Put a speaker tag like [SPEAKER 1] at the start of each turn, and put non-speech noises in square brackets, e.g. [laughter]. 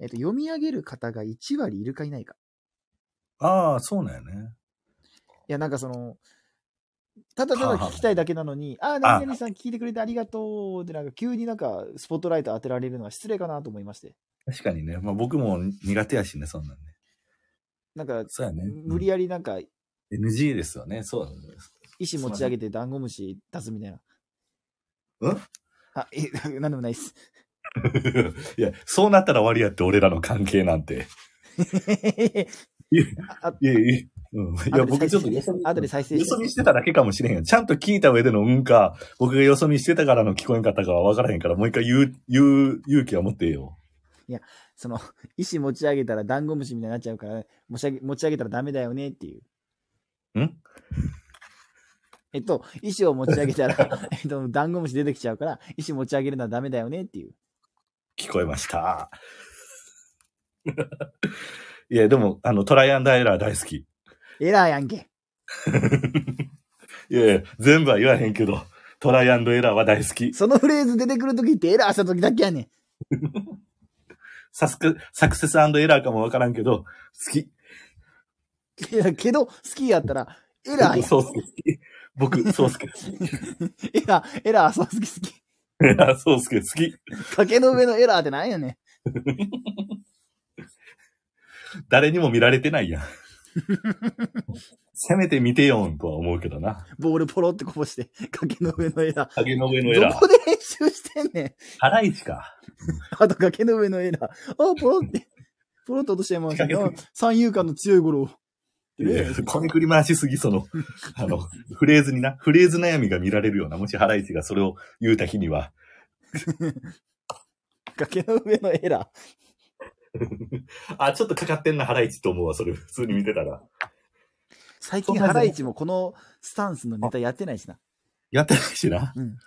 [SPEAKER 1] えっと、読み上げる方が1割いるかいないか。
[SPEAKER 2] ああ、そうなんやね。
[SPEAKER 1] いや、なんかその、ただただ聞きたいだけなのに、ああ、何々さん聞いてくれてありがとうって、なんか急になんかスポットライト当てられるのは失礼かなと思いまして。
[SPEAKER 2] 確かにね。まあ僕も苦手やしね、そんなんね。
[SPEAKER 1] なんか、
[SPEAKER 2] そうやね。
[SPEAKER 1] 無理やりなんか、
[SPEAKER 2] うん NG ですよね。そうなんです。
[SPEAKER 1] 石持ち上げてダンゴムシ出すみたいな。
[SPEAKER 2] うん
[SPEAKER 1] あ、え、なんでもないっ
[SPEAKER 2] [laughs]
[SPEAKER 1] す。
[SPEAKER 2] いや、そうなったら終わりやって、俺らの関係なんて。
[SPEAKER 1] あ
[SPEAKER 2] いやいや、うん、いや
[SPEAKER 1] 後で
[SPEAKER 2] 僕ちょっと
[SPEAKER 1] 再
[SPEAKER 2] よ
[SPEAKER 1] 生
[SPEAKER 2] そ見
[SPEAKER 1] 後で再生
[SPEAKER 2] よ
[SPEAKER 1] し
[SPEAKER 2] そ
[SPEAKER 1] て
[SPEAKER 2] 見してただけかもしれへんよ。ちゃんと聞いた上でのうんか、僕がよそ見してたからの聞こえんかったかは分からへんから、もう一回言う、言う勇気は持ってよ。
[SPEAKER 1] その、 [laughs] 石持ち上げたらダンゴムシみたいになっちゃうから、持ち上げ持ち上げたらダメだよねっていう。
[SPEAKER 2] ん
[SPEAKER 1] [laughs] えっと、石を持ち上げたら、 [laughs] えっと、ダンゴムシ出てきちゃうから、石持ち上げるのはダメだよねっていう。
[SPEAKER 2] 聞こえました。 [laughs] いや、でも、あの、トライアンドエラー大好き。い
[SPEAKER 1] エラーやんけ。
[SPEAKER 2] やいや、全部は言わへんけど、トライアンドエラーは大好き。
[SPEAKER 1] そのフレーズ出てくるときってエラーしたときだけやねん。
[SPEAKER 2] サスク、サクセスエラーかも分からんけど、好き。
[SPEAKER 1] いやけど、好きやったら、エラーやん。
[SPEAKER 2] そう好き。僕、そう好き。
[SPEAKER 1] エラー、エラー、そう好き好き。
[SPEAKER 2] エラーそう好き、好き。
[SPEAKER 1] 崖の上のエラーってなんやねん。
[SPEAKER 2] 誰にも見られてない [laughs] やん。せめて見てよんとは思うけどな。
[SPEAKER 1] ボールポロってこぼして、崖の上のエラー。
[SPEAKER 2] 影の上のエ
[SPEAKER 1] ど
[SPEAKER 2] ラー。
[SPEAKER 1] こで練習してんねん。
[SPEAKER 2] ハライチか。
[SPEAKER 1] [laughs] あと崖の上のエラー。あ、ポロ
[SPEAKER 2] [laughs]
[SPEAKER 1] って、ポロっと落としちゃいましたね。
[SPEAKER 2] 崖の
[SPEAKER 1] あ三遊間の強いゴロを。
[SPEAKER 2] いやいやこねくり回しすぎ、その、あの、フレーズにな、フレーズ悩みが見られるような、もしハライチがそれを言うた日には、
[SPEAKER 1] 崖の上のエラー。
[SPEAKER 2] [laughs] あ、ちょっとかかってんな、ハライチと思うわ、それ、普通に見てたら。
[SPEAKER 1] 最近ハライチもこのスタンスのネタやってないしな。
[SPEAKER 2] やってないしな。
[SPEAKER 1] うん。